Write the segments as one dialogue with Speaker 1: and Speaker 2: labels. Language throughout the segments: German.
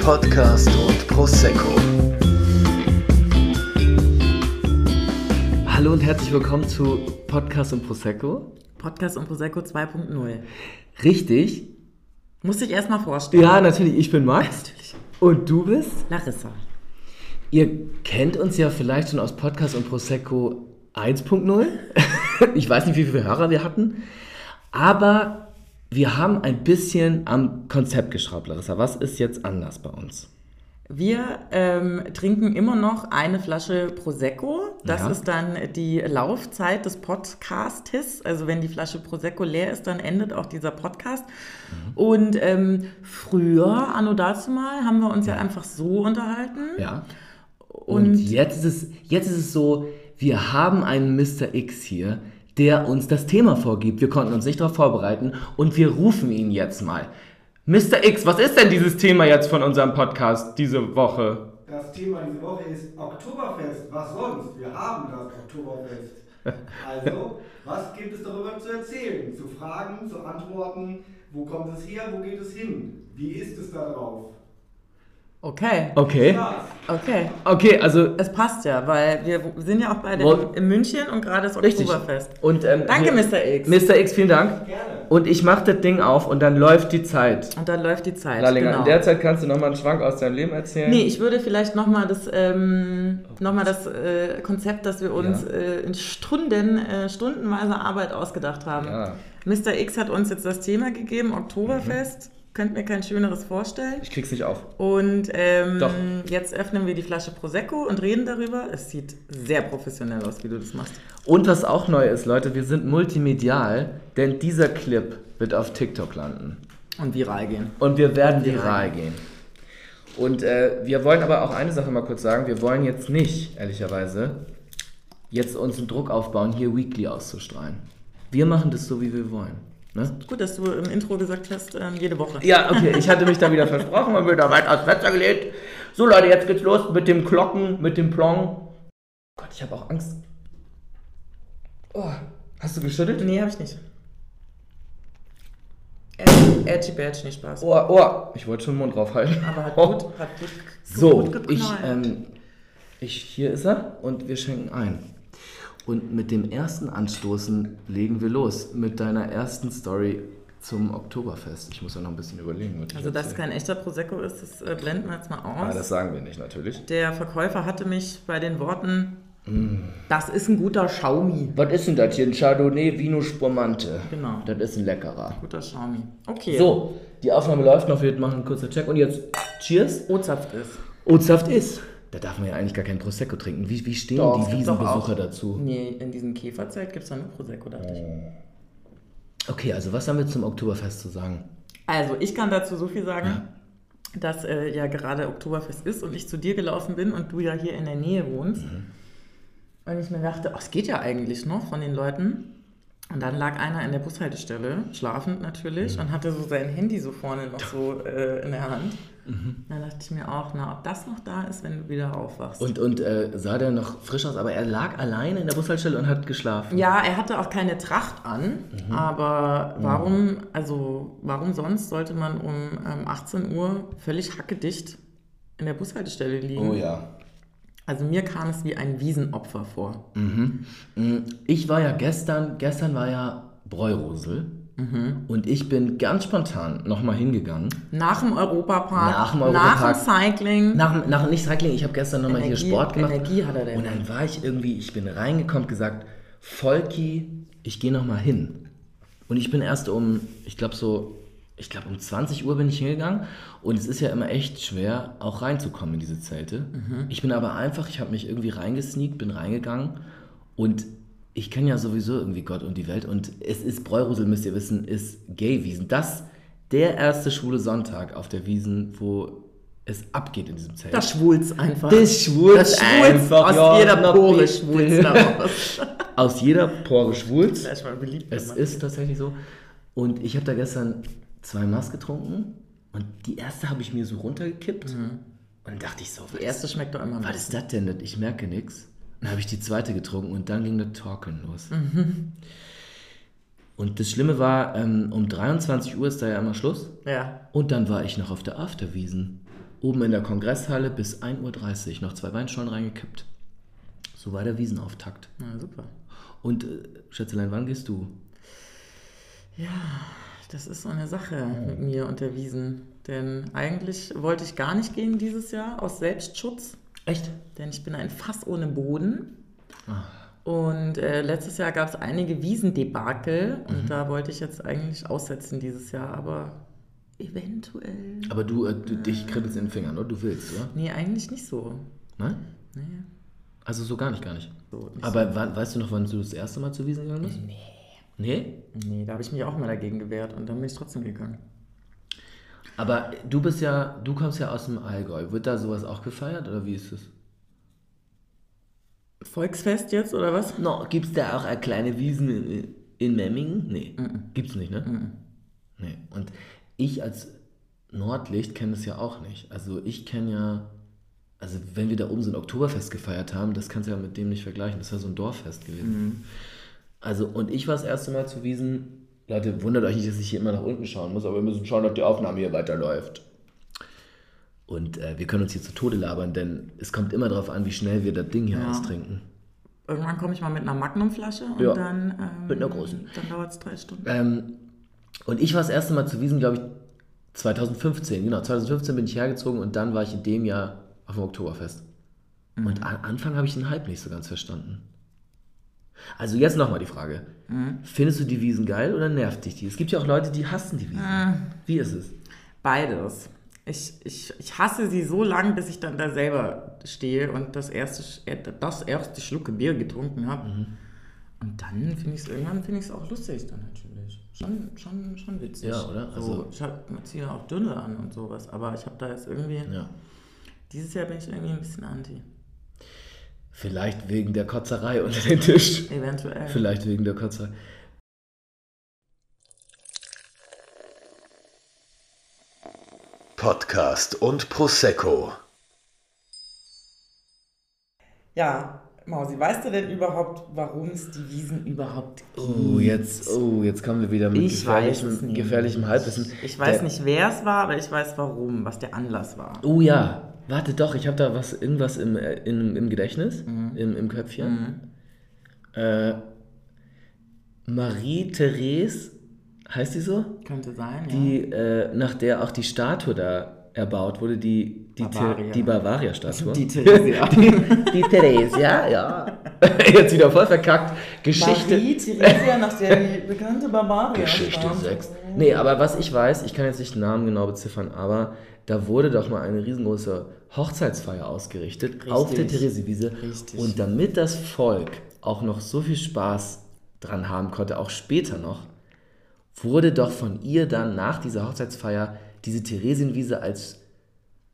Speaker 1: Podcast und Prosecco.
Speaker 2: Hallo und herzlich willkommen zu Podcast und Prosecco.
Speaker 3: Podcast und Prosecco 2.0.
Speaker 2: Richtig?
Speaker 3: Muss ich erstmal vorstellen.
Speaker 2: Ja, natürlich, ich bin Max.
Speaker 3: Natürlich.
Speaker 2: Und du bist?
Speaker 3: Larissa.
Speaker 2: Ihr kennt uns ja vielleicht schon aus Podcast und Prosecco 1.0. Ich weiß nicht, wie viele Hörer wir hatten. Aber wir haben ein bisschen am Konzept geschraubt, Larissa. Was ist jetzt anders bei uns?
Speaker 3: Wir ähm, trinken immer noch eine Flasche Prosecco. Das
Speaker 2: Ja.
Speaker 3: ist dann die Laufzeit des Podcastes. Also wenn die Flasche Prosecco leer ist, dann endet auch dieser Podcast.
Speaker 2: Mhm.
Speaker 3: Und ähm, früher, anno dazu mal, haben wir uns ja einfach so unterhalten.
Speaker 2: Ja. Und,
Speaker 3: Und-
Speaker 2: jetzt, ist es, jetzt ist es so, wir haben einen Mr. X hier, der uns das Thema vorgibt. Wir konnten uns nicht darauf vorbereiten und wir rufen ihn jetzt mal. Mr. X, was ist denn dieses Thema jetzt von unserem Podcast diese Woche?
Speaker 4: Das Thema diese Woche ist Oktoberfest. Was sonst? Wir haben das Oktoberfest. Also, was gibt es darüber zu erzählen? Zu Fragen, zu Antworten. Wo kommt es her? Wo geht es hin? Wie ist es da drauf?
Speaker 3: Okay,
Speaker 2: Okay.
Speaker 4: Ja,
Speaker 3: okay.
Speaker 2: Okay, also
Speaker 3: Es passt ja, weil wir sind ja auch beide
Speaker 2: Wo-
Speaker 3: in, in München und gerade ist
Speaker 2: richtig.
Speaker 3: Oktoberfest.
Speaker 2: Und, ähm,
Speaker 3: Danke,
Speaker 2: wir-
Speaker 3: Mr. X.
Speaker 2: Mr. X, vielen Dank.
Speaker 4: gerne.
Speaker 2: Und ich mach das Ding auf und dann läuft die Zeit.
Speaker 3: Und dann läuft die Zeit.
Speaker 2: Lallinger,
Speaker 3: genau.
Speaker 2: in der Zeit kannst du nochmal einen Schwank aus deinem Leben erzählen.
Speaker 3: Nee, ich würde vielleicht nochmal das, ähm, noch mal das äh, Konzept, das wir uns
Speaker 2: Oh Ja.
Speaker 3: äh, in Stunden, äh, stundenweise Arbeit ausgedacht haben.
Speaker 2: Ja.
Speaker 3: Mr. X hat uns jetzt das Thema gegeben, Oktoberfest.
Speaker 2: Mhm.
Speaker 3: Könnt mir kein schöneres vorstellen.
Speaker 2: Ich krieg's nicht auf.
Speaker 3: Und ähm,
Speaker 2: Doch.
Speaker 3: jetzt öffnen wir die Flasche Prosecco und reden darüber. Es sieht sehr professionell aus, wie du das machst.
Speaker 2: Und was auch neu ist, Leute, wir sind multimedial, denn dieser Clip wird auf TikTok landen.
Speaker 3: Und viral gehen.
Speaker 2: Und wir werden
Speaker 3: Viral.
Speaker 2: viral gehen. Und äh, wir wollen aber auch eine Sache mal kurz sagen. Wir wollen jetzt nicht, ehrlicherweise, jetzt uns einen Druck aufbauen, hier Weekly auszustrahlen. Wir machen das so, wie wir wollen. Ne?
Speaker 3: Gut, dass du im Intro gesagt hast, ähm, jede Woche.
Speaker 2: Ja, okay, ich hatte mich da wieder versprochen und bin da weit aus Fenster gelegt. So, Leute, jetzt geht's los mit dem Glocken, mit dem Plong. Gott, ich habe auch Angst. Oh, hast du geschüttelt?
Speaker 3: Nee, hab ich nicht. Edgy, Äh, edgy badge, nicht Spaß.
Speaker 2: Oh, oh. Ich wollte schon den Mund draufhalten.
Speaker 3: Aber hat
Speaker 2: Oh.
Speaker 3: gut, hat gut,
Speaker 2: So,
Speaker 3: gut geknallt.
Speaker 2: ich, ähm, ich, hier ist er und wir schenken ein. Und mit dem ersten Anstoßen legen wir los. Mit deiner ersten Story zum Oktoberfest. Ich muss ja noch ein bisschen überlegen. was ich
Speaker 3: also, dass es
Speaker 2: erzähle.
Speaker 3: kein echter Prosecco ist, das äh, blenden wir jetzt mal
Speaker 2: Ah,
Speaker 3: aus.
Speaker 2: das sagen wir nicht, natürlich.
Speaker 3: Der Verkäufer hatte mich bei den Worten,
Speaker 2: Mm.
Speaker 3: das ist ein guter Schaumi.
Speaker 2: Was ist denn das hier? Ein Chardonnay Vino Spumante.
Speaker 3: Genau.
Speaker 2: Das ist ein leckerer.
Speaker 3: Guter Schaumi. Okay.
Speaker 2: So, die Aufnahme läuft noch. Wir machen einen kurzen Check. Und jetzt Cheers.
Speaker 3: Ozapft ist.
Speaker 2: Ozsaft ist. Da darf man ja eigentlich gar keinen Prosecco trinken. Wie, wie stehen
Speaker 3: Doch,
Speaker 2: die
Speaker 3: gibt's doch
Speaker 2: Wiesenbesucher
Speaker 3: auch.
Speaker 2: dazu?
Speaker 3: Nee, in diesem Käferzelt gibt es nur Prosecco, dachte ich.
Speaker 2: Okay, also was haben wir zum Oktoberfest zu sagen?
Speaker 3: Also, ich kann dazu so viel sagen, dass äh, ja gerade Oktoberfest ist und ich zu dir gelaufen bin und du ja hier in der Nähe wohnst. Und ich mir dachte, oh, es geht ja eigentlich noch von den Leuten. Und dann lag einer in der Bushaltestelle, schlafend natürlich, und hatte so sein Handy so vorne noch so äh, in der Hand. Dann dachte ich mir auch, na, ob das noch da ist, wenn du wieder aufwachst.
Speaker 2: Und, und äh, sah der noch frisch aus, aber er lag alleine in der Bushaltestelle und hat geschlafen.
Speaker 3: Ja, er hatte auch keine Tracht an,
Speaker 2: Mhm.
Speaker 3: aber warum, also warum sonst sollte man um ähm, 18 Uhr völlig hackedicht in der Bushaltestelle liegen?
Speaker 2: Oh ja.
Speaker 3: Also mir kam es wie ein Wiesenopfer vor.
Speaker 2: Ich war ja gestern, gestern war ja Bräurosel.
Speaker 3: Mhm.
Speaker 2: Und ich bin ganz spontan nochmal hingegangen.
Speaker 3: Nach dem Europapark,
Speaker 2: Nach dem Europapark.
Speaker 3: nach dem Cycling.
Speaker 2: Nach, nach nicht Cycling, ich habe gestern nochmal hier
Speaker 3: Energie-
Speaker 2: Sport gemacht. Oh
Speaker 3: Energie hat er denn.
Speaker 2: Und dann war ich irgendwie, ich bin reingekommen, hab gesagt, Volki, ich gehe nochmal hin. Und ich bin erst um, ich glaube so, ich glaube um 20 Uhr bin ich hingegangen und es ist ja immer echt schwer, auch reinzukommen in diese Zelte. Ich bin aber einfach, ich habe mich irgendwie reingesneakt, bin reingegangen und ich kenne ja sowieso irgendwie Gott und die Welt und es ist, Breurusel müsst ihr wissen, ist Gay-Wiesen. Das, der erste schwule Sonntag auf der Wiesen, wo es abgeht in diesem Zelt.
Speaker 3: das schwulz einfach.
Speaker 2: Das schwulst
Speaker 3: Das schwulz
Speaker 2: einfach,
Speaker 3: aus
Speaker 2: ja,
Speaker 3: jeder
Speaker 2: na
Speaker 3: Pore
Speaker 2: bitte.
Speaker 3: schwulz da raus.
Speaker 2: Aus jeder Pore schwulst.
Speaker 3: Das ist mal beliebt.
Speaker 2: Es
Speaker 3: gemacht.
Speaker 2: ist tatsächlich so. Und ich habe da gestern zwei Maß getrunken und die erste habe ich mir so runtergekippt und dann dachte ich so,
Speaker 3: Mhm. Die erste schmeckt doch immer
Speaker 2: was ist das denn? Ich merke nichts. Dann habe ich die zweite getrunken und dann ging das Torkeln los.
Speaker 3: Mhm.
Speaker 2: Und das Schlimme war, ähm, um 23 Uhr ist da ja immer Schluss.
Speaker 3: Ja.
Speaker 2: Und dann war ich noch auf der Afterwiesen. Oben in der Kongresshalle bis 1.30 Uhr noch zwei Weinschollen reingekippt. So war der Wiesenauftakt.
Speaker 3: Na super.
Speaker 2: Und äh, Schätzelein, wann gehst du?
Speaker 3: Ja, das ist so eine Sache mit mir und der Wiesen. Denn eigentlich wollte ich gar nicht gehen dieses Jahr aus Selbstschutz.
Speaker 2: Echt?
Speaker 3: Denn ich bin ein Fass ohne Boden. Ah. Und äh, letztes Jahr gab es einige Wiesendebakel. Und da wollte ich jetzt eigentlich aussetzen dieses Jahr. Aber eventuell.
Speaker 2: Aber du, äh, du dich kribbelst in den Fingern, oder? Du willst, oder?
Speaker 3: Nee, eigentlich nicht so.
Speaker 2: Nein?
Speaker 3: Nee.
Speaker 2: Also so gar nicht, gar nicht.
Speaker 3: So, nicht
Speaker 2: Aber wann, weißt du noch, wann du das erste Mal zu Wiesen gegangen bist? Nee. Nee?
Speaker 3: Nee, da habe ich mich auch mal dagegen gewehrt und dann bin ich trotzdem gegangen.
Speaker 2: Aber du bist ja, du kommst ja aus dem Allgäu. Wird da sowas auch gefeiert oder wie ist es?
Speaker 3: Volksfest jetzt oder was?
Speaker 2: No, gibt's da auch eine kleine Wiesen in, in Memmingen? Nee. Gibt's nicht, ne? Nee. Und ich als Nordlicht kenne das ja auch nicht. Also ich kenne ja, also wenn wir da oben so ein Oktoberfest gefeiert haben, das kannst du ja mit dem nicht vergleichen. Das war so ein Dorffest gewesen. Also, und ich war das erste Mal zu Wiesen. Leute, wundert euch nicht, dass ich hier immer nach unten schauen muss, aber wir müssen schauen, ob die Aufnahme hier weiterläuft. Und äh, wir können uns hier zu Tode labern, denn es kommt immer darauf an, wie schnell wir das Ding hier
Speaker 3: Ja.
Speaker 2: austrinken.
Speaker 3: Irgendwann komme ich mal mit einer Magnumflasche und
Speaker 2: Ja,
Speaker 3: dann. Ähm,
Speaker 2: mit einer großen.
Speaker 3: Dann dauert es drei Stunden.
Speaker 2: Ähm, und ich war das erste Mal zu Wiesen, glaube ich, 2015. Genau, 2015 bin ich hergezogen und dann war ich in dem Jahr auf dem Oktoberfest.
Speaker 3: Mhm.
Speaker 2: Und am Anfang habe ich den Hype nicht so ganz verstanden. Also jetzt nochmal die Frage.
Speaker 3: Mhm.
Speaker 2: Findest du die Wiesen geil oder nervt dich die? Es gibt ja auch Leute, die hassen die Wiesen.
Speaker 3: Ah.
Speaker 2: Wie ist es?
Speaker 3: Beides. Ich, ich, ich hasse sie so lang, bis ich dann da selber stehe und das erste, Sch- äh, das erste Schlucke Bier getrunken habe.
Speaker 2: Mhm.
Speaker 3: Und dann finde ich es irgendwann finde ich es auch lustig dann natürlich. Schon, schon, schon witzig.
Speaker 2: Ja, oder?
Speaker 3: Also,
Speaker 2: Also-
Speaker 3: ich hab, man zieht ja auch Dünne an und sowas, aber ich habe da jetzt irgendwie,
Speaker 2: Ja.
Speaker 3: dieses Jahr bin ich irgendwie ein bisschen anti.
Speaker 2: Vielleicht wegen der Kotzerei unter den Tisch.
Speaker 3: Eventuell.
Speaker 2: Vielleicht wegen der Kotzerei.
Speaker 1: Podcast und Prosecco.
Speaker 3: Ja, Mausi, weißt du denn überhaupt, warum es die Wiesen überhaupt gibt?
Speaker 2: Oh, jetzt, oh, jetzt kommen wir wieder mit
Speaker 3: Ich weiß es
Speaker 2: gefährlichem,
Speaker 3: nicht.
Speaker 2: gefährlichem Halbwissen.
Speaker 3: Ich weiß
Speaker 2: Der-
Speaker 3: nicht, wer es war, aber ich weiß warum, was der Anlass war.
Speaker 2: Oh ja,
Speaker 3: Mhm.
Speaker 2: warte doch, ich habe da was, irgendwas im, äh, im, im Gedächtnis,
Speaker 3: Mhm.
Speaker 2: im, im Köpfchen. Äh, Marie-Therese, heißt die so?
Speaker 3: Könnte sein, ja.
Speaker 2: Die, äh, nach der auch die Statue da erbaut wurde, die, die, Ther-
Speaker 3: Bavaria.
Speaker 2: die Bavaria-Statue.
Speaker 3: Die Theresia.
Speaker 2: die Therese, ja, ja. Jetzt wieder voll verkackt. Geschichte.
Speaker 3: Marie Theresia, nach der die bekannte Barbaria
Speaker 2: Geschichte
Speaker 3: stammt.
Speaker 2: 6. Nee, aber was ich weiß, ich kann jetzt nicht den Namen genau beziffern, aber da wurde doch mal eine riesengroße Hochzeitsfeier ausgerichtet auf der
Speaker 3: Richtig.
Speaker 2: Theresienwiese.
Speaker 3: Richtig.
Speaker 2: Und damit das Volk auch noch so viel Spaß dran haben konnte, auch später noch, wurde doch von ihr dann nach dieser Hochzeitsfeier diese Theresienwiese als,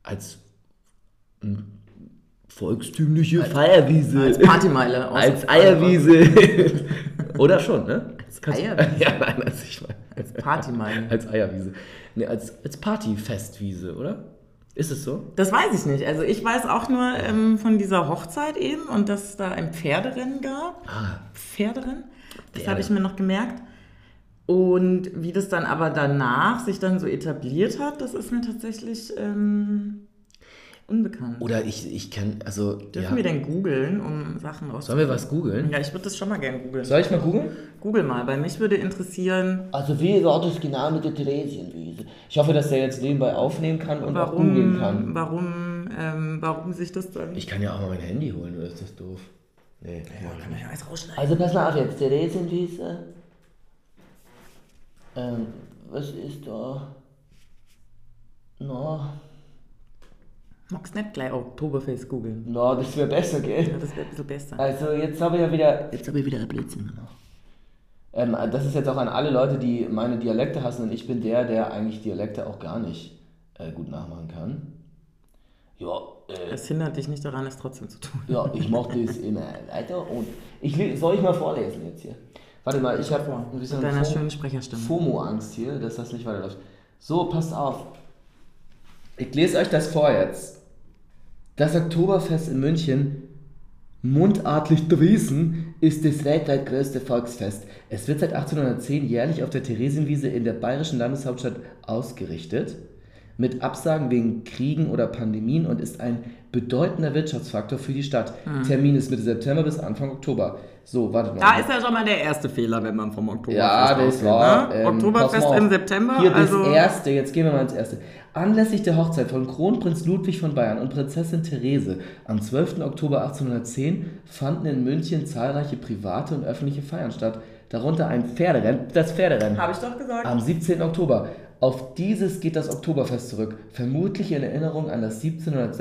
Speaker 2: als mm, volkstümliche Feierwiese
Speaker 3: Als Partymeile. aus-
Speaker 2: als Eierwiese. Oder schon, ne? Als
Speaker 3: Eierwiese?
Speaker 2: Ja, nein, als ich meine.
Speaker 3: Als Partymeile.
Speaker 2: Als Eierwiese. Ne, als, als Partyfestwiese, oder? Ist es so?
Speaker 3: Das weiß ich nicht. Also ich weiß auch nur ähm, von dieser Hochzeit eben und dass es da ein Pferderennen gab.
Speaker 2: Ah,
Speaker 3: Pferderin. Das
Speaker 2: Pferde.
Speaker 3: habe ich mir noch gemerkt. Und wie das dann aber danach sich dann so etabliert hat, das ist mir tatsächlich ähm, unbekannt.
Speaker 2: oder ich, ich kann, also.
Speaker 3: Dürfen
Speaker 2: ja.
Speaker 3: wir denn googeln, um Sachen
Speaker 2: Sollen
Speaker 3: rauszufinden?
Speaker 2: wir was googeln?
Speaker 3: Ja, ich würde das schon mal gerne googeln.
Speaker 2: Soll ich mal googeln?
Speaker 3: Google mal, bei mich würde interessieren,
Speaker 2: Also, wie war das genau mit der Theresienwiese? Ich hoffe, dass der jetzt nebenbei aufnehmen kann und auch googeln kann.
Speaker 3: warum, warum, ähm, warum sich das dann...
Speaker 2: Ich kann ja auch mal mein Handy holen, oder ist das doof? Nee.
Speaker 3: kann man ja alles rausschneiden.
Speaker 2: Also pass mal auf jetzt, Theresienwiese. äh, Ähm, was ist da? Na,
Speaker 3: Magst nicht gleich Oh, Oktoberfest googeln?
Speaker 2: na, das wäre besser, gell?
Speaker 3: Ja, das wäre ein bisschen besser.
Speaker 2: Also jetzt habe ich ja wieder. Jetzt habe ich wieder einen Blödsinn gemacht. Ähm, das ist jetzt auch an alle Leute, die meine Dialekte hassen und ich bin der, der eigentlich Dialekte auch gar nicht äh, gut nachmachen kann. Ja, äh,
Speaker 3: Das hindert dich nicht daran, es trotzdem zu tun.
Speaker 2: Ja, ich mochte es immer weiter und ich li- soll ich mal vorlesen jetzt hier. Warte mal, ich habe ein bisschen
Speaker 3: Mit deiner
Speaker 2: Fo-
Speaker 3: schönen Sprecherstimme.
Speaker 2: FOMO-Angst hier, dass das nicht weiterläuft. So, passt auf. Ich lese euch das vor jetzt. Das Oktoberfest in München, mundartlich Dresden, ist das weltweit größte Volksfest. Es wird seit 1810 jährlich auf der Theresienwiese in der bayerischen Landeshauptstadt ausgerichtet mit Absagen wegen Kriegen oder Pandemien und ist ein bedeutender Wirtschaftsfaktor für die Stadt. Termin ist Mitte September bis Anfang Oktober. So, wartet noch.
Speaker 3: Da ist ja schon mal der erste Fehler, wenn man vom Oktoberfest
Speaker 2: ja, das
Speaker 3: ausgeht,
Speaker 2: war.
Speaker 3: ne?
Speaker 2: ähm, pass
Speaker 3: Oktoberfest
Speaker 2: mal auf.
Speaker 3: im September,
Speaker 2: Hier
Speaker 3: also
Speaker 2: das erste, jetzt gehen wir mal ins erste. Anlässlich der Hochzeit von Kronprinz Ludwig von Bayern und Prinzessin Therese am 12. Oktober 1810 fanden in München zahlreiche private und öffentliche Feiern statt, darunter ein Pferderennen, das Pferderennen.
Speaker 3: habe ich doch gesagt.
Speaker 2: Am 17. Oktober. Auf dieses geht das Oktoberfest zurück, vermutlich in Erinnerung an das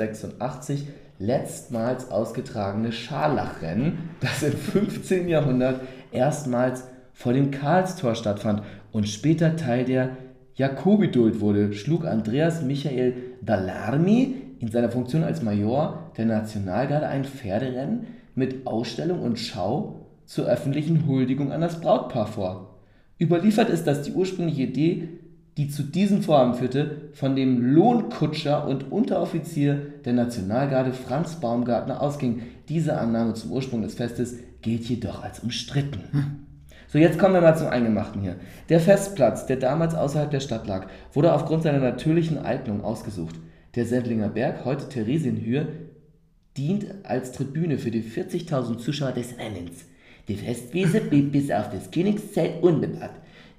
Speaker 2: 1786 letztmals ausgetragene Scharlachrennen, das im 15. Jahrhundert erstmals vor dem Karlstor stattfand und später Teil der Jakobiduld wurde, schlug Andreas Michael Dalarmi in seiner Funktion als Major der Nationalgarde ein Pferderennen mit Ausstellung und Schau zur öffentlichen Huldigung an das Brautpaar vor. Überliefert ist, dass die ursprüngliche Idee, die zu diesem Vorhaben führte, von dem Lohnkutscher und Unteroffizier der Nationalgarde Franz Baumgartner ausging. Diese Annahme zum Ursprung des Festes gilt jedoch als umstritten. So, jetzt kommen wir mal zum Eingemachten hier. Der Festplatz, der damals außerhalb der Stadt lag, wurde aufgrund seiner natürlichen Eignung ausgesucht. Der Sendlinger Berg, heute Theresienhöhe, dient als Tribüne für die 40.000 Zuschauer des Rennens. Die Festwiese blieb bis auf das Königszeit unbebaut.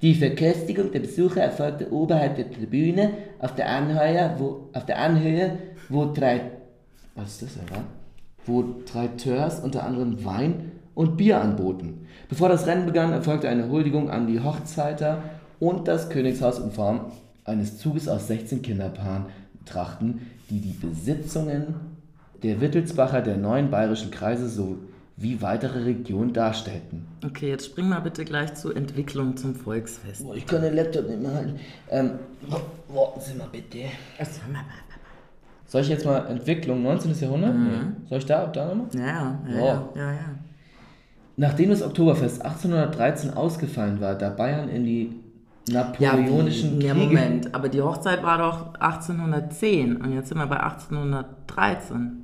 Speaker 2: Die Verköstigung der Besucher erfolgte oberhalb der Tribüne auf der Anhöhe, wo, auf der Anhöhe, wo drei, was ist das denn, wa? wo drei Törs unter anderem Wein und Bier anboten. Bevor das Rennen begann, erfolgte eine Huldigung an die Hochzeiter und das Königshaus in Form eines Zuges aus 16 Kinderpaaren betrachten, die die Besitzungen der Wittelsbacher der neuen bayerischen Kreise sowie weitere Regionen darstellten.
Speaker 3: Okay, jetzt spring mal bitte gleich zur Entwicklung zum Volksfest.
Speaker 2: Boah, ich kann den Laptop nicht mehr halten. Ähm, wa- warten Sie mal bitte. Soll ich jetzt mal Entwicklung 19. Jahrhundert? Nee. Soll ich da, da nochmal?
Speaker 3: Ja, ja, ja,
Speaker 2: Wow.
Speaker 3: ja, ja.
Speaker 2: Nachdem das Oktoberfest 1813 ausgefallen war, da Bayern in die napoleonischen
Speaker 3: ja,
Speaker 2: Kriege...
Speaker 3: Moment, aber die Hochzeit war doch 1810 und jetzt sind wir bei 1813.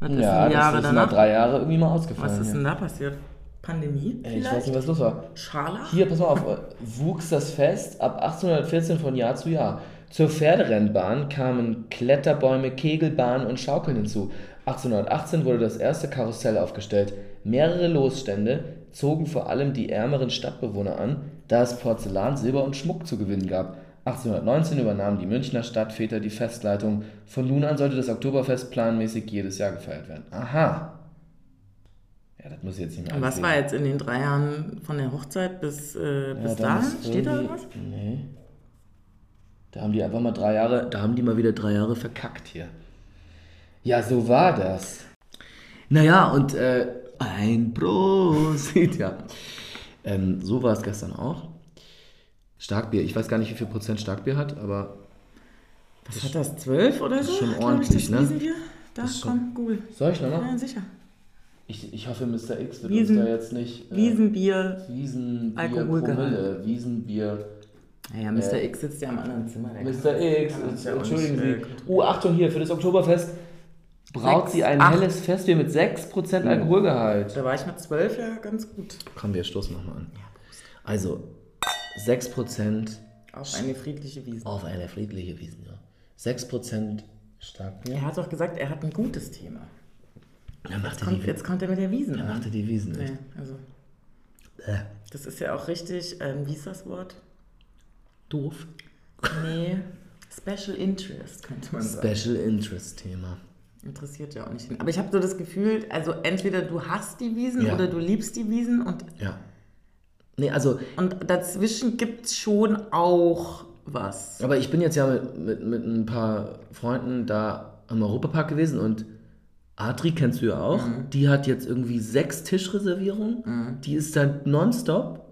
Speaker 3: Was ist
Speaker 2: Ja,
Speaker 3: denn Jahre
Speaker 2: das ist nach
Speaker 3: danach?
Speaker 2: drei Jahren irgendwie mal ausgefallen.
Speaker 3: Was ist
Speaker 2: ja.
Speaker 3: denn da passiert? Pandemie?
Speaker 2: Ey, ich weiß nicht, was los war.
Speaker 3: Scharlach?
Speaker 2: Hier, pass mal auf, äh, wuchs das Fest ab 1814 von Jahr zu Jahr. Zur Pferderennbahn kamen Kletterbäume, Kegelbahnen und Schaukeln hinzu. 1818 wurde das erste Karussell aufgestellt. Mehrere Losstände zogen vor allem die ärmeren Stadtbewohner an, da es Porzellan, Silber und Schmuck zu gewinnen gab. 1819 übernahmen die Münchner Stadtväter die Festleitung. Von nun an sollte das Oktoberfest planmäßig jedes Jahr gefeiert werden. Aha. Ja, das muss ich jetzt nicht mehr
Speaker 3: Und was
Speaker 2: erzählen.
Speaker 3: war jetzt in den drei Jahren von der Hochzeit bis, äh,
Speaker 2: Ja,
Speaker 3: bis
Speaker 2: dann
Speaker 3: dahin?
Speaker 2: ist
Speaker 3: Steht da
Speaker 2: irgendwie-
Speaker 3: was?
Speaker 2: Nee. Da haben die einfach mal drei Jahre, da haben die mal wieder drei Jahre verkackt hier. Ja, so war das. Naja, und äh, ein Prosit, ja. Ähm, so war es gestern auch. Starkbier, ich weiß gar nicht, wie viel Prozent Starkbier hat, aber
Speaker 3: Was hat das? 12 oder so?
Speaker 2: ist schon
Speaker 3: Also, glaub
Speaker 2: ordentlich,
Speaker 3: ich,
Speaker 2: ne?
Speaker 3: das Wiesenbier? Da,
Speaker 2: ist schon-
Speaker 3: komm, Google.
Speaker 2: soll ich nochmal?
Speaker 3: Ja, sicher.
Speaker 2: Ich, ich hoffe, Mr. X wird
Speaker 3: Wiesen-
Speaker 2: uns da jetzt nicht. äh,
Speaker 3: Wiesenbier.
Speaker 2: Wiesenbier,
Speaker 3: Alkoholgehalt.
Speaker 2: Promille, Wiesenbier.
Speaker 3: Naja, Mr. X sitzt ja im anderen Zimmer. der
Speaker 2: Mr.
Speaker 3: kann-
Speaker 2: X,
Speaker 3: kann uns ja auch
Speaker 2: entschuldigen
Speaker 3: nicht,
Speaker 2: Sie.
Speaker 3: äh,
Speaker 2: Oh, Achtung hier, für das Oktoberfest braut
Speaker 3: Sechs,
Speaker 2: sie ein
Speaker 3: acht.
Speaker 2: helles Festbier mit 6% Alkoholgehalt.
Speaker 3: Da war ich mit 12 ja ganz gut.
Speaker 2: Komm, wir stoßen nochmal an. Also, 6%
Speaker 3: Auf eine friedliche Wiese.
Speaker 2: auf eine friedliche Wiesen, ja. 6% Starkbier.
Speaker 3: Er hat doch gesagt, er hat ein gutes Thema.
Speaker 2: Dann macht er
Speaker 3: Kommt,
Speaker 2: die,
Speaker 3: jetzt kommt er mit der Wiesen.
Speaker 2: dann
Speaker 3: an.
Speaker 2: macht er die Wiesen nicht.
Speaker 3: Nee, also,
Speaker 2: Äh,
Speaker 3: das ist ja auch richtig, ähm, wie ist das Wort?
Speaker 2: doof.
Speaker 3: Nee, Special Interest könnte man sagen.
Speaker 2: Special Interest Thema.
Speaker 3: Interessiert ja auch nicht. den- Aber ich habe so das Gefühl, also entweder du hast die Wiesen
Speaker 2: Ja.
Speaker 3: oder du liebst die Wiesen und,
Speaker 2: Ja. Nee, also,
Speaker 3: und dazwischen gibt es schon auch was.
Speaker 2: Aber ich bin jetzt ja mit, mit, mit ein paar Freunden da im Europapark gewesen und Adri kennst du ja auch. Die hat jetzt irgendwie sechs Tischreservierungen. Die ist dann nonstop.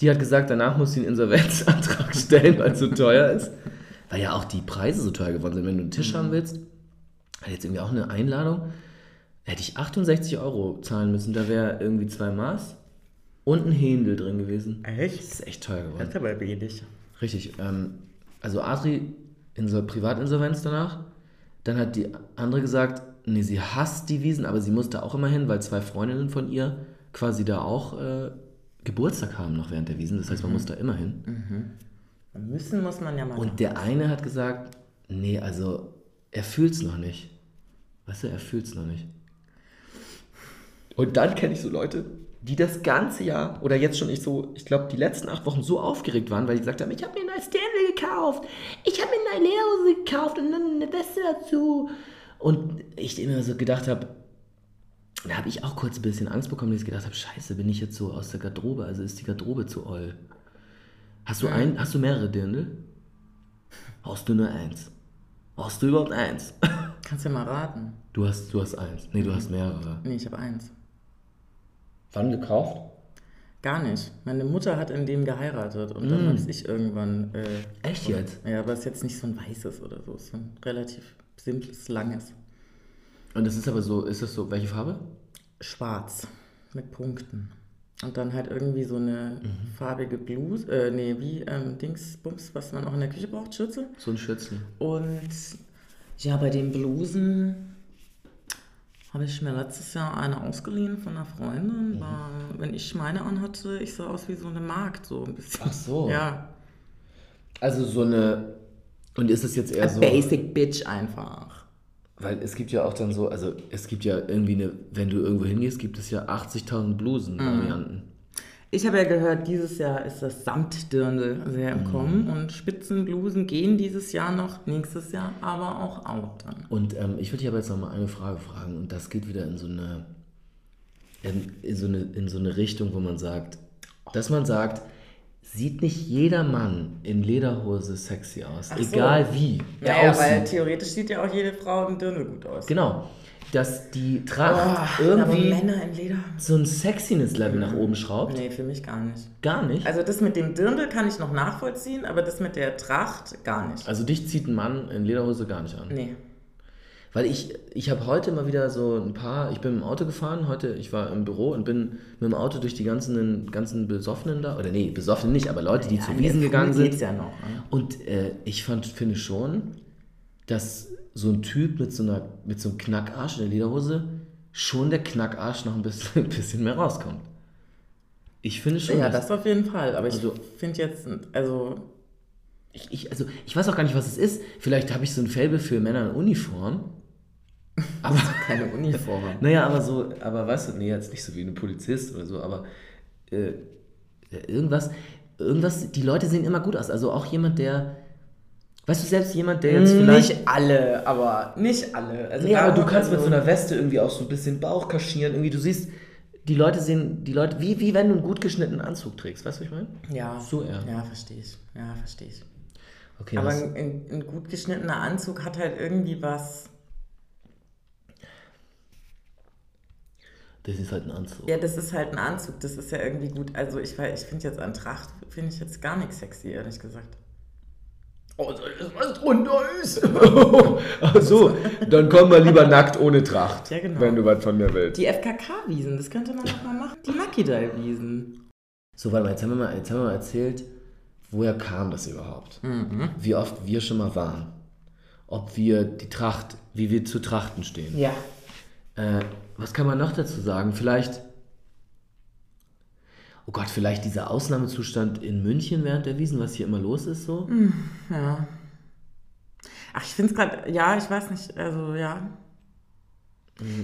Speaker 2: Die hat gesagt, danach muss sie einen Insolvenzantrag stellen, weil es so teuer ist. Weil ja auch die Preise so teuer geworden sind. Wenn du einen Tisch haben willst, hat jetzt irgendwie auch eine Einladung. Hätte ich 68 Euro zahlen müssen. Da wäre irgendwie zwei Maß und ein Händel drin gewesen.
Speaker 3: Echt?
Speaker 2: Das ist echt teuer geworden.
Speaker 3: ist aber wenig.
Speaker 2: Richtig. Ähm, also Adri Insol Privatinsolvenz danach. Dann hat die andere gesagt, nee, sie hasst die Wiesen, aber sie musste auch immer hin, weil zwei Freundinnen von ihr quasi da auch äh, Geburtstag haben noch während der Wiesen. Das heißt, man muss da immer hin.
Speaker 3: Müssen muss man ja mal.
Speaker 2: Und der eine hat gesagt, nee, also er fühlt's noch nicht. Weißt du, er fühlt's noch nicht. Und dann kenne ich so Leute, die das ganze Jahr oder jetzt schon ich so, ich glaube, die letzten acht Wochen so aufgeregt waren, weil die gesagt haben, ich habe mir eine neue Stanley gekauft, ich habe mir eine neue Lederhose gekauft und dann eine Weste dazu. Und ich immer so gedacht habe, da habe ich auch kurz ein bisschen Angst bekommen, dass ich gedacht habe, scheiße, bin ich jetzt so aus der Garderobe, also ist die Garderobe zu oll. Hast du ein, hast du mehrere Dirndl? Hast du nur eins? Hast du überhaupt eins?
Speaker 3: Kannst ja mal raten.
Speaker 2: Du hast, du hast eins. Nee, du hast mehrere.
Speaker 3: Nee, ich habe eins.
Speaker 2: Wann gekauft?
Speaker 3: Gar nicht. Meine Mutter hat in dem geheiratet und dann
Speaker 2: Mm.
Speaker 3: habe ich irgendwann. Äh,
Speaker 2: Echt jetzt?
Speaker 3: ja, aber es ist jetzt nicht so ein weißes oder so, es ist so ein relativ simples, langes.
Speaker 2: Und das ist aber so, ist das so, welche Farbe?
Speaker 3: Schwarz mit Punkten. Und dann halt irgendwie so eine
Speaker 2: Mhm.
Speaker 3: farbige Bluse, äh, nee, wie ähm, Dingsbums, was man auch in der Küche braucht, Schürze.
Speaker 2: So ein Schürzchen.
Speaker 3: Und ja, bei den Blusen habe ich mir letztes Jahr eine ausgeliehen von einer Freundin.
Speaker 2: Mhm.
Speaker 3: War, wenn ich meine anhatte, ich sah aus wie so eine Magd, so ein bisschen.
Speaker 2: Ach so.
Speaker 3: Ja.
Speaker 2: Also so eine. Und ist es jetzt eher so.
Speaker 3: Basic Bitch einfach.
Speaker 2: Weil es gibt ja auch dann so, also es gibt ja irgendwie eine, wenn du irgendwo hingehst, gibt es ja 80.000 Blusen-Varianten.
Speaker 3: Ich habe ja gehört, dieses Jahr ist das Samtdirndl sehr
Speaker 2: Mhm.
Speaker 3: im Kommen und Spitzenblusen gehen dieses Jahr noch, nächstes Jahr aber auch out dann.
Speaker 2: Und ähm, ich würde dich aber jetzt nochmal eine Frage fragen und das geht wieder in so eine, in, in so eine, in so eine Richtung, wo man sagt, dass man sagt, sieht nicht jeder Mann in Lederhose sexy aus,
Speaker 3: so.
Speaker 2: egal wie er
Speaker 3: Naja, weil
Speaker 2: aussieht.
Speaker 3: theoretisch sieht ja auch jede Frau im Dirndl gut aus.
Speaker 2: Genau, dass die Tracht
Speaker 3: Oh,
Speaker 2: irgendwie
Speaker 3: aber Männer im Leder.
Speaker 2: so ein Sexiness-Level nach oben schraubt.
Speaker 3: Nee, für mich gar nicht.
Speaker 2: Gar nicht.
Speaker 3: Also das mit dem Dirndl kann ich noch nachvollziehen, aber das mit der Tracht gar nicht.
Speaker 2: Also dich zieht ein Mann in Lederhose gar nicht an.
Speaker 3: Nee.
Speaker 2: Weil ich, ich habe heute mal wieder so ein paar, ich bin im Auto gefahren, heute, ich war im Büro und bin mit dem Auto durch die ganzen, ganzen Besoffenen da, oder nee, Besoffenen nicht, aber Leute, die zu Wiesen gegangen sind.
Speaker 3: Geht's ja noch. ne?
Speaker 2: Und äh, ich fand, finde schon, dass so ein Typ mit so, einer, mit so einem Knackarsch in der Lederhose schon der Knackarsch noch ein bisschen, ein bisschen mehr rauskommt. Ich finde schon.
Speaker 3: Ja,
Speaker 2: dass-
Speaker 3: das auf jeden Fall. Aber ich
Speaker 2: Also-
Speaker 3: finde jetzt, also
Speaker 2: ich, ich, also, ich weiß auch gar nicht, was es ist. Vielleicht habe ich so ein Faible für Männer in Uniform. Aber
Speaker 3: keine Uniform.
Speaker 2: Naja, aber so, aber weißt du, nee, jetzt nicht so wie ein Polizist oder so, aber äh, ja, irgendwas, irgendwas, die Leute sehen immer gut aus. Also auch jemand, der, weißt du, selbst jemand, der jetzt vielleicht.
Speaker 3: nicht alle, aber nicht alle. Also
Speaker 2: Hm, nee, aber du
Speaker 3: darum-
Speaker 2: kannst mit so genau,
Speaker 3: also-
Speaker 2: einer Weste irgendwie auch so ein bisschen Bauch kaschieren. Irgendwie, du siehst, die Leute sehen, die Leute, wie, wie wenn du einen gut geschnittenen Anzug trägst, weißt du, was ich meine?
Speaker 3: Ja.
Speaker 2: So eher.
Speaker 3: Ja, verstehe ich. Ja, verstehe ich.
Speaker 2: Okay,
Speaker 3: aber
Speaker 2: das,
Speaker 3: ein, ein, ein gut geschnittener Anzug hat halt irgendwie was.
Speaker 2: das ist halt ein Anzug.
Speaker 3: Ja, das ist halt ein Anzug, das ist ja irgendwie gut. Also ich, weiß- ich finde jetzt an Tracht, finde ich jetzt gar nichts sexy, ehrlich gesagt.
Speaker 2: Oh, da ist was drunter ist. Ach so, dann komm mal lieber nackt ohne Tracht,
Speaker 3: Ja, genau.
Speaker 2: wenn du was von mir willst.
Speaker 3: Die FKK-Wiesen, das könnte man doch mal machen. Die Makidal-Wiesen.
Speaker 2: So, warte mal, jetzt haben wir mal, jetzt haben wir mal erzählt, woher kam das überhaupt? Wie oft wir schon mal waren. Ob wir die Tracht, wie wir zu Trachten stehen.
Speaker 3: Ja.
Speaker 2: Äh, was kann man noch dazu sagen? Vielleicht, oh Gott, vielleicht dieser Ausnahmezustand in München während der Wiesen, was hier immer los ist so.
Speaker 3: Mhm. Ach, ich finde es gerade, ja, ich weiß nicht, also ja.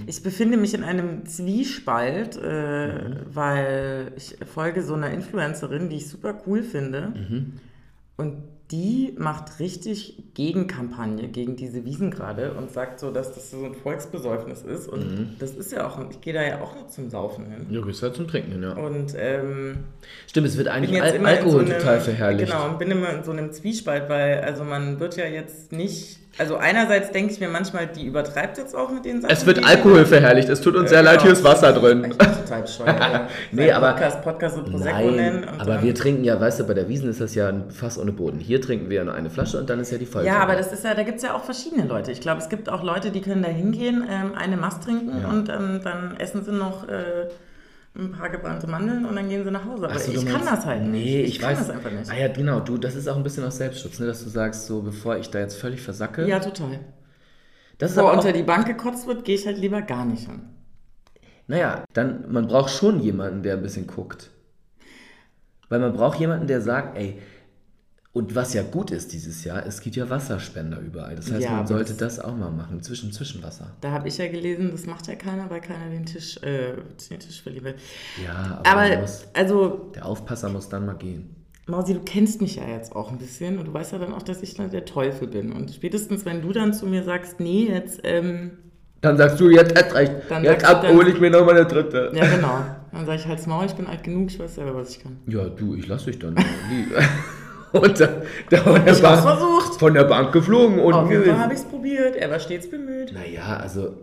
Speaker 3: Ich befinde mich in einem Zwiespalt, äh, weil ich folge so einer Influencerin, die ich super cool finde. Und die macht richtig Gegenkampagne gegen diese Wiesen gerade und sagt so, dass das so ein Volksbesäufnis ist. Und das ist ja auch, ich gehe da ja auch noch zum Saufen hin.
Speaker 2: Ja, gehst halt zum Trinken hin, ja.
Speaker 3: Und ähm,
Speaker 2: Stimmt, es wird
Speaker 3: bin
Speaker 2: eigentlich
Speaker 3: jetzt
Speaker 2: Al
Speaker 3: immer in so
Speaker 2: Alkohol
Speaker 3: einem,
Speaker 2: total verherrlicht.
Speaker 3: Genau, und bin immer in so einem Zwiespalt, weil also man wird ja jetzt nicht. Also einerseits denke ich mir manchmal, die übertreibt jetzt auch mit den Sachen.
Speaker 2: Es wird
Speaker 3: die-
Speaker 2: Alkohol verherrlicht, es tut uns sehr
Speaker 3: Genau.
Speaker 2: leid, hier ist Wasser
Speaker 3: Ich
Speaker 2: drin.
Speaker 3: bin total bescheuert. ja.
Speaker 2: Nee, aber-
Speaker 3: Podcast, Podcast und Prosecco nennen.
Speaker 2: Nein,
Speaker 3: Und
Speaker 2: aber
Speaker 3: dann,
Speaker 2: wir trinken ja, weißt du, bei der Wiesen ist das ja ein Fass ohne Boden. Hier trinken wir nur eine Flasche und dann ist ja die Folge.
Speaker 3: Ja, aber das ist ja, da gibt es ja auch verschiedene Leute. Ich glaube, es gibt auch Leute, die können da hingehen, ähm, eine Mast trinken
Speaker 2: Ja.
Speaker 3: und ähm, dann essen sie noch äh, ein paar gebrannte Mandeln und dann gehen sie nach Hause. Aber
Speaker 2: Ach so,
Speaker 3: ich
Speaker 2: du
Speaker 3: kann
Speaker 2: meinst-
Speaker 3: das halt nicht.
Speaker 2: Nee, ich,
Speaker 3: kann
Speaker 2: weiß.
Speaker 3: das einfach nicht.
Speaker 2: Ah ja, genau, du, das ist auch ein bisschen aus Selbstschutz, ne, dass du sagst, so bevor ich da jetzt völlig versacke.
Speaker 3: Ja, total.
Speaker 2: das ist
Speaker 3: Wo
Speaker 2: aber auch,
Speaker 3: unter die Bank gekotzt wird, gehe ich halt lieber gar nicht hin.
Speaker 2: Naja, dann, man braucht schon jemanden, der ein bisschen guckt. Weil man braucht jemanden, der sagt, ey, Und was ja gut ist dieses Jahr, es gibt ja Wasserspender überall. Das heißt,
Speaker 3: Ja,
Speaker 2: man
Speaker 3: aber
Speaker 2: sollte
Speaker 3: das-
Speaker 2: das auch mal machen, zwischen Zwischenwasser.
Speaker 3: Da habe ich ja gelesen, das macht ja keiner, weil keiner den Tisch, äh, den Tisch verliebe.
Speaker 2: Ja, aber, man
Speaker 3: Aber,
Speaker 2: muss,
Speaker 3: also,
Speaker 2: der Aufpasser muss dann mal gehen.
Speaker 3: Mausi, du kennst mich ja jetzt auch ein bisschen und du weißt ja dann auch, dass ich dann der Teufel bin. Und spätestens, wenn du dann zu mir sagst, nee, jetzt, ähm,
Speaker 2: Dann sagst du, jetzt erst recht.
Speaker 3: Dann
Speaker 2: jetzt
Speaker 3: sagst du
Speaker 2: ab,
Speaker 3: dann-
Speaker 2: hol ich mir nochmal eine dritte.
Speaker 3: ja genau, dann sage ich halt's Maul, ich bin alt genug, ich weiß selber, was ich kann.
Speaker 2: Ja, du, ich lass dich dann. Wie? und da, da von, der
Speaker 3: Ich hab's
Speaker 2: Bank,
Speaker 3: versucht.
Speaker 2: von der Bank geflogen und
Speaker 3: Auf jeden Fall
Speaker 2: gewesen.
Speaker 3: habe ich es probiert, er war stets bemüht.
Speaker 2: Naja, also,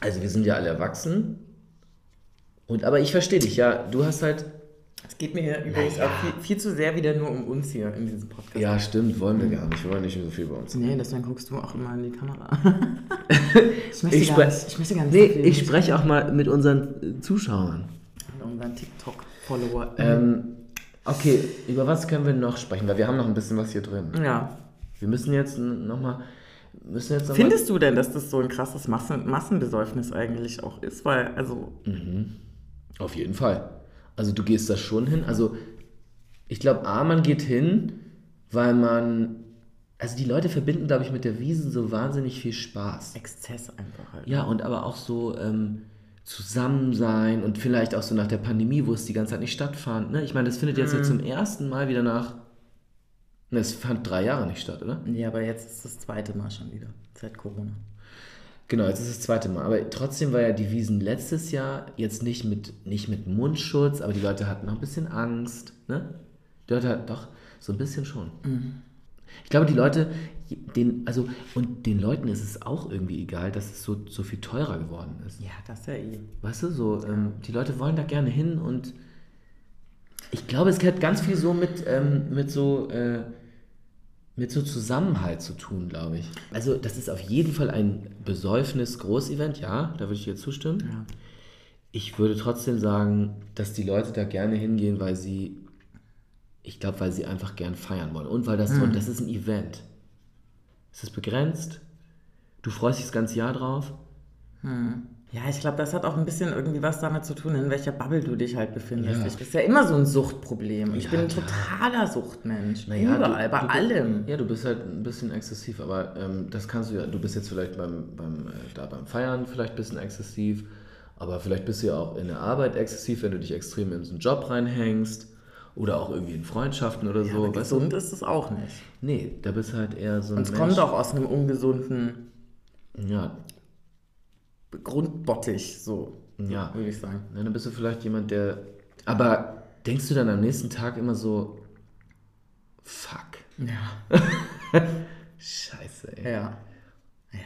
Speaker 2: also wir sind ja alle erwachsen. Und aber ich verstehe dich, ja. Du hast halt.
Speaker 3: Es geht mir hier übrigens
Speaker 2: Naja.
Speaker 3: auch viel, viel zu sehr wieder nur um uns hier in diesem Podcast.
Speaker 2: Ja, stimmt, wollen wir gar nicht. Wir wollen nicht so viel bei uns.
Speaker 3: Nee, deswegen guckst du auch immer in die Kamera. ich,
Speaker 2: Ich
Speaker 3: gar
Speaker 2: spre-
Speaker 3: nicht, ich möchte gar nicht
Speaker 2: Nee,
Speaker 3: so viel
Speaker 2: ich
Speaker 3: mit-
Speaker 2: spreche auch mal mit unseren äh, Zuschauern.
Speaker 3: mit unseren TikTok-Follower.
Speaker 2: Ähm, okay, über was können wir noch sprechen? Weil wir haben noch ein bisschen was hier drin.
Speaker 3: Ähm, ja.
Speaker 2: Wir müssen jetzt nochmal. Müssen jetzt noch mal-
Speaker 3: Findest du denn, dass das so ein krasses Massen Massenbesäufnis eigentlich auch ist? Weil, also,
Speaker 2: Auf jeden Fall. Also du gehst da schon hin. Also ich glaube, A, man geht hin, weil man... Also die Leute verbinden, glaube ich, mit der Wiese so wahnsinnig viel Spaß.
Speaker 3: Exzess einfach halt.
Speaker 2: Ja, und aber auch so ähm, zusammen sein und vielleicht auch so nach der Pandemie, wo es die ganze Zeit nicht stattfand. Ne? Ich meine, das findet jetzt ja zum ersten Mal wieder nach... Ne, es fand drei Jahre nicht statt, oder?
Speaker 3: Ja, aber jetzt ist das zweite Mal schon wieder, seit Corona.
Speaker 2: Genau, jetzt ist das zweite Mal. Aber trotzdem war ja die Wiesen letztes Jahr jetzt nicht mit, nicht mit Mundschutz, aber die Leute hatten noch ein bisschen Angst. Ne? Die Leute hatten doch so ein bisschen schon. Ich glaube, die Leute, den, also, und den Leuten ist es auch irgendwie egal, dass es so, so viel teurer geworden ist.
Speaker 3: Ja, das ist ja eh.
Speaker 2: Weißt du, so, ähm, die Leute wollen da gerne hin und ich glaube, es hat ganz viel so mit, ähm, mit so, äh, mit so Zusammenhalt zu tun, glaube ich. Also, das ist auf jeden Fall ein Besäufnis-Großevent, ja, da würde ich dir zustimmen.
Speaker 3: Ja.
Speaker 2: Ich würde trotzdem sagen, dass die Leute da gerne hingehen, weil sie, ich glaube, weil sie einfach gern feiern wollen. Und weil das so, und das ist ein Event. Es ist begrenzt. Du freust dich das ganze Jahr drauf.
Speaker 3: Ja, ich glaube, das hat auch ein bisschen irgendwie was damit zu tun, in welcher Bubble du dich halt befindest.
Speaker 2: Ja.
Speaker 3: Ich bist ja immer so ein Suchtproblem. Ich
Speaker 2: Ja,
Speaker 3: bin ein
Speaker 2: klar.
Speaker 3: totaler Suchtmensch.
Speaker 2: Na ja,
Speaker 3: Überall,
Speaker 2: du-
Speaker 3: bei
Speaker 2: du-
Speaker 3: allem.
Speaker 2: Ja, du bist halt ein bisschen exzessiv, aber ähm, das kannst du ja. Du bist jetzt vielleicht beim, beim, äh, da beim Feiern vielleicht ein bisschen exzessiv, aber vielleicht bist du ja auch in der Arbeit exzessiv, wenn du dich extrem in so einen Job reinhängst oder auch irgendwie in Freundschaften oder
Speaker 3: Ja,
Speaker 2: so.
Speaker 3: aber
Speaker 2: weißt du?
Speaker 3: gesund ist es auch nicht.
Speaker 2: Nee, da bist halt eher so ein.
Speaker 3: Und es
Speaker 2: Mensch-
Speaker 3: kommt auch aus einem ungesunden
Speaker 2: Ja,
Speaker 3: Grundbottich, so
Speaker 2: Ja.
Speaker 3: würde ich sagen.
Speaker 2: Na, ne, dann bist du vielleicht jemand, der. Aber denkst du dann am nächsten Tag immer so. Fuck.
Speaker 3: Ja.
Speaker 2: Scheiße, ey.
Speaker 3: Ja.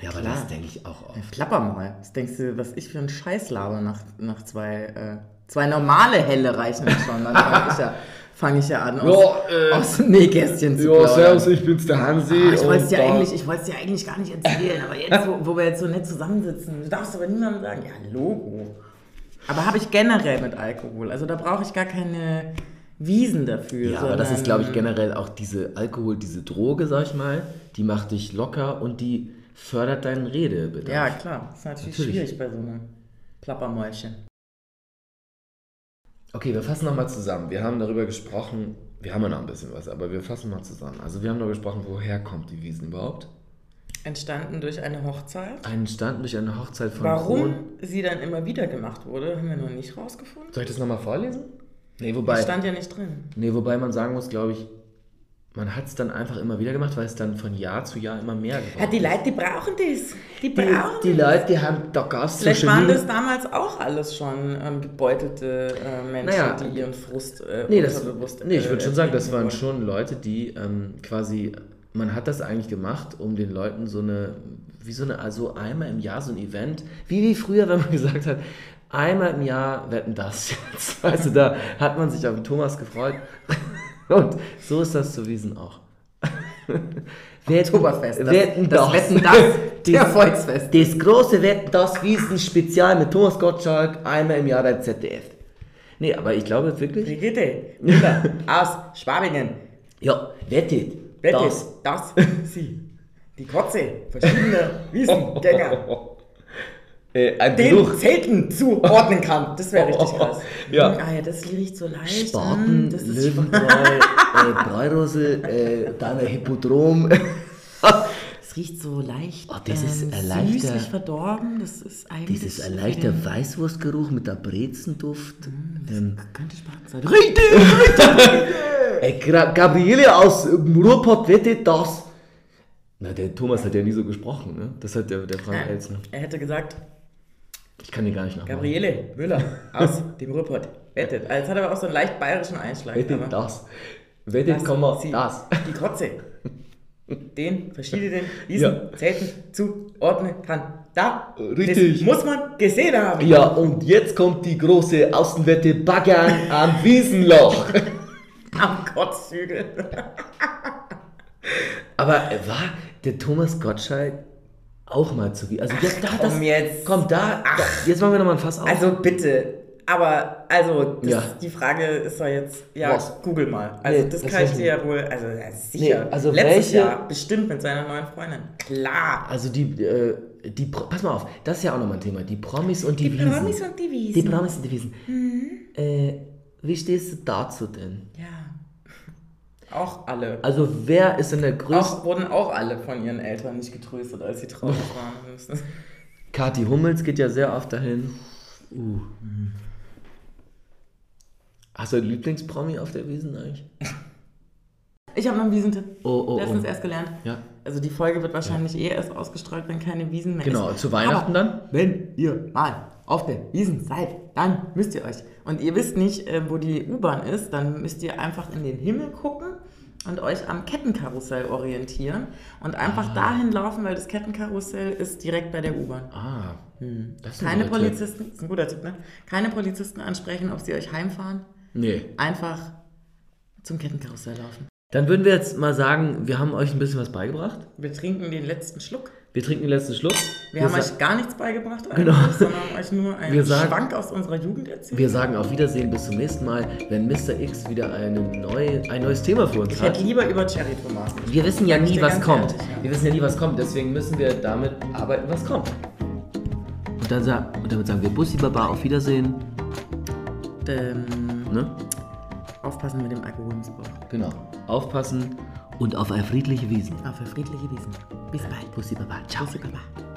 Speaker 2: Ja, aber
Speaker 3: klar.
Speaker 2: das denke ich auch oft.
Speaker 3: Flapper mal. Was denkst du, was ich für einen Scheiß laber nach, nach zwei, äh, zwei normale Helle reichen mir schon. Dann fange ich, ja, fang ich ja an, aus,
Speaker 2: äh,
Speaker 3: aus dem Nähkästchen zu
Speaker 2: Ja,
Speaker 3: plaudern.
Speaker 2: servus, ich bin's der Hansi.
Speaker 3: Ah, ich wollte es dir
Speaker 2: und, äh,
Speaker 3: eigentlich, ich wollt's dir eigentlich gar nicht erzählen, aber jetzt, wo, wo wir jetzt so nett zusammensitzen, du darfst aber niemandem sagen, ja, Logo. Aber habe ich generell mit Alkohol. Also da brauche ich gar keine Wiesen dafür.
Speaker 2: Ja, aber das ist, glaube ich,
Speaker 3: sondern-
Speaker 2: generell auch diese Alkohol, diese Droge, sag ich mal, die macht dich locker und die fördert deinen Redebedarf.
Speaker 3: Ja, klar. Ist natürlich,
Speaker 2: Natürlich.
Speaker 3: schwierig bei so einem Plappermäulchen.
Speaker 2: Okay, wir fassen nochmal zusammen. Wir haben darüber gesprochen, wir haben ja noch ein bisschen was, aber wir fassen mal zusammen. Also wir haben darüber gesprochen, woher kommt die Wiesen überhaupt?
Speaker 3: Entstanden durch eine Hochzeit.
Speaker 2: Entstanden durch eine Hochzeit von Kron-
Speaker 3: Warum sie dann immer wieder gemacht wurde, haben wir noch nicht rausgefunden.
Speaker 2: Soll ich das nochmal vorlesen? Nee,
Speaker 3: Das
Speaker 2: wobei,
Speaker 3: stand ja nicht drin.
Speaker 2: nee, wobei man sagen muss, glaube ich, man hat es dann einfach immer wieder gemacht, weil es dann von Jahr zu Jahr immer mehr geworden
Speaker 3: Ja, die Leute, die brauchen das.
Speaker 2: die,
Speaker 3: Die brauchen
Speaker 2: die Leute, die haben da Gas
Speaker 3: Vielleicht waren das damals auch alles schon ähm, gebeutelte äh, Menschen,
Speaker 2: Naja,
Speaker 3: die ihren Frust äh,
Speaker 2: Nee, das,
Speaker 3: unterbewusst
Speaker 2: nee ich
Speaker 3: äh,
Speaker 2: würde schon sagen, das
Speaker 3: erzählen
Speaker 2: waren
Speaker 3: wollten.
Speaker 2: schon Leute, die ähm, quasi, man hat das eigentlich gemacht, um den Leuten so eine, wie so eine, also einmal im Jahr so ein Event, wie, wie früher, wenn man gesagt hat, einmal im Jahr wetten das jetzt. Also da hat man sich auf den Thomas gefreut. Und so ist das zu Wiesen auch. Wetten-
Speaker 3: Oktoberfest, das-
Speaker 2: Wetten
Speaker 3: das
Speaker 2: das.
Speaker 3: Wetten, das der
Speaker 2: Das-
Speaker 3: Volksfest.
Speaker 2: Das große Wetten, das Wiesen-Spezial mit Thomas Gottschalk, einmal im Jahr bei ZDF. Nee, aber ich glaube wirklich,
Speaker 3: Brigitte, Müller, aus Schwabingen,
Speaker 2: ja, wettet.
Speaker 3: Betty,
Speaker 2: Das.
Speaker 3: das, sie, die Kotze, verschiedene Wiesengänger.
Speaker 2: Äh, ein
Speaker 3: den
Speaker 2: Besuch.
Speaker 3: Zelten zuordnen kann. Das wäre richtig
Speaker 2: Oh,
Speaker 3: krass.
Speaker 2: ja.
Speaker 3: Hm, Ah ja, das riecht so leicht.
Speaker 2: Spaten,
Speaker 3: Hm, das ist
Speaker 2: Löwenbräu, äh, Bräurosel, äh, dann ein Hippodrom.
Speaker 3: Es riecht so leicht. äh,
Speaker 2: Oh, das ist ein leichter-
Speaker 3: süßlich verdorben. Das ist eigentlich.
Speaker 2: Dieses ein leichter Weißwurstgeruch mit der Brezenduft.
Speaker 3: Mm,
Speaker 2: Ähm,
Speaker 3: Könnte Spaten sein. Richtig!
Speaker 2: ey, Gra Gabriele aus ähm, Ruhrpott wettet das. Na, der Thomas hat ja nie so gesprochen, ne? Das hat der, der Frank Elz, ne?
Speaker 3: Er hätte gesagt,
Speaker 2: Ich kann den gar nicht nachmachen.
Speaker 3: Gabriele Müller aus dem Ruhrpott wettet. Also es hat aber auch so einen leicht bayerischen Einschlag. aber
Speaker 2: Wettet das. Wettet, Komma,
Speaker 3: sie-
Speaker 2: das.
Speaker 3: Die Kotze. Den verschiedenen,
Speaker 2: Ja.
Speaker 3: diesen Zelten zuordnen kann. Da.
Speaker 2: Richtig.
Speaker 3: Das muss man gesehen haben.
Speaker 2: Ja, und jetzt kommt die große Außenwette Baggern am Wiesenloch.
Speaker 3: Am Kotzhügel.
Speaker 2: Aber war der Thomas Gottschalk auch mal zu Wien? Also jetzt da,
Speaker 3: komm Um jetzt.
Speaker 2: Komm, da, da. Jetzt machen wir nochmal ein Fass auf.
Speaker 3: Also bitte. Aber, also, das,
Speaker 2: Oh. Ja.
Speaker 3: die Frage ist doch jetzt, ja,
Speaker 2: Was?
Speaker 3: google mal. Also,
Speaker 2: Nee,
Speaker 3: das
Speaker 2: das
Speaker 3: kann ich
Speaker 2: weiß ich
Speaker 3: dir ja wohl, also, ja, sicher.
Speaker 2: Nee, also
Speaker 3: Letztes
Speaker 2: welche-
Speaker 3: Jahr, bestimmt mit seiner neuen Freundin. Klar.
Speaker 2: also die, äh, die, Pro- pass mal auf, das ist ja auch nochmal ein Thema. Die Promis und die, Wiesen.
Speaker 3: Promis und die
Speaker 2: die
Speaker 3: Wiesen. Mhm.
Speaker 2: Promis und die Wiesen. Äh, wie stehst du dazu denn?
Speaker 3: ja. Auch alle.
Speaker 2: Also wer ist denn der größte?
Speaker 3: Auch, wurden auch alle von ihren Eltern nicht getröstet, als sie traurig
Speaker 2: Oh.
Speaker 3: waren.
Speaker 2: Kathi Hummels geht ja sehr oft dahin. Uh.
Speaker 3: mhm.
Speaker 2: Hast du einen Lieblingspromi auf der Wiesen eigentlich?
Speaker 3: Ich habe noch einen Wiesentipp.
Speaker 2: Oh, oh,
Speaker 3: Letztens
Speaker 2: oh.
Speaker 3: erst gelernt.
Speaker 2: Ja.
Speaker 3: Also die Folge wird wahrscheinlich eh erst ausgestrahlt, wenn keine Wiesen mehr
Speaker 2: Genau,
Speaker 3: ist.
Speaker 2: zu Weihnachten
Speaker 3: Aber
Speaker 2: dann?
Speaker 3: Wenn ihr mal auf der Wiesen seid, dann müsst ihr euch. Und ihr wisst nicht, äh, wo die U-Bahn ist, dann müsst ihr einfach in den Himmel gucken und euch am Kettenkarussell orientieren und
Speaker 2: Ah.
Speaker 3: einfach dahin laufen, weil das Kettenkarussell ist direkt bei der U-Bahn.
Speaker 2: Ah, das ist ein
Speaker 3: Keine
Speaker 2: guter Tipp.
Speaker 3: Polizisten, ist ein guter Tipp, ne? Keine Polizisten ansprechen, ob sie euch heimfahren.
Speaker 2: Nee.
Speaker 3: Einfach zum Kettenkarussell laufen.
Speaker 2: Dann würden wir jetzt mal sagen, wir haben euch ein bisschen was beigebracht.
Speaker 3: Wir trinken den letzten Schluck.
Speaker 2: Wir trinken den letzten Schluck.
Speaker 3: Wir, haben
Speaker 2: sa-
Speaker 3: euch gar nichts beigebracht, eigentlich,
Speaker 2: Genau.
Speaker 3: sondern haben euch nur einen
Speaker 2: Wir sagen-
Speaker 3: Schwank aus unserer Jugend erzählt.
Speaker 2: wir sagen auf Wiedersehen bis zum nächsten Mal, wenn Mr. X wieder eine neue, ein neues Thema für uns
Speaker 3: ich
Speaker 2: hat.
Speaker 3: hätte lieber über Cherry-Tomaten.
Speaker 2: Wir wissen ja
Speaker 3: Sag ich
Speaker 2: nie,
Speaker 3: dir
Speaker 2: was
Speaker 3: ganz
Speaker 2: kommt.
Speaker 3: ehrlich, ja.
Speaker 2: Wir wissen ja nie, was kommt. Deswegen müssen wir damit arbeiten, was kommt. Und, dann sa- und damit sagen wir Bussi Baba, auf Wiedersehen.
Speaker 3: Ähm,
Speaker 2: Ne?
Speaker 3: aufpassen mit dem Alkoholmissbrauch.
Speaker 2: Genau. Aufpassen und auf eine friedliche Wiesen.
Speaker 3: Auf eine friedliche Wiesen. Bis bald.
Speaker 2: Bussi Baba, ciao.
Speaker 3: Bussi, Baba.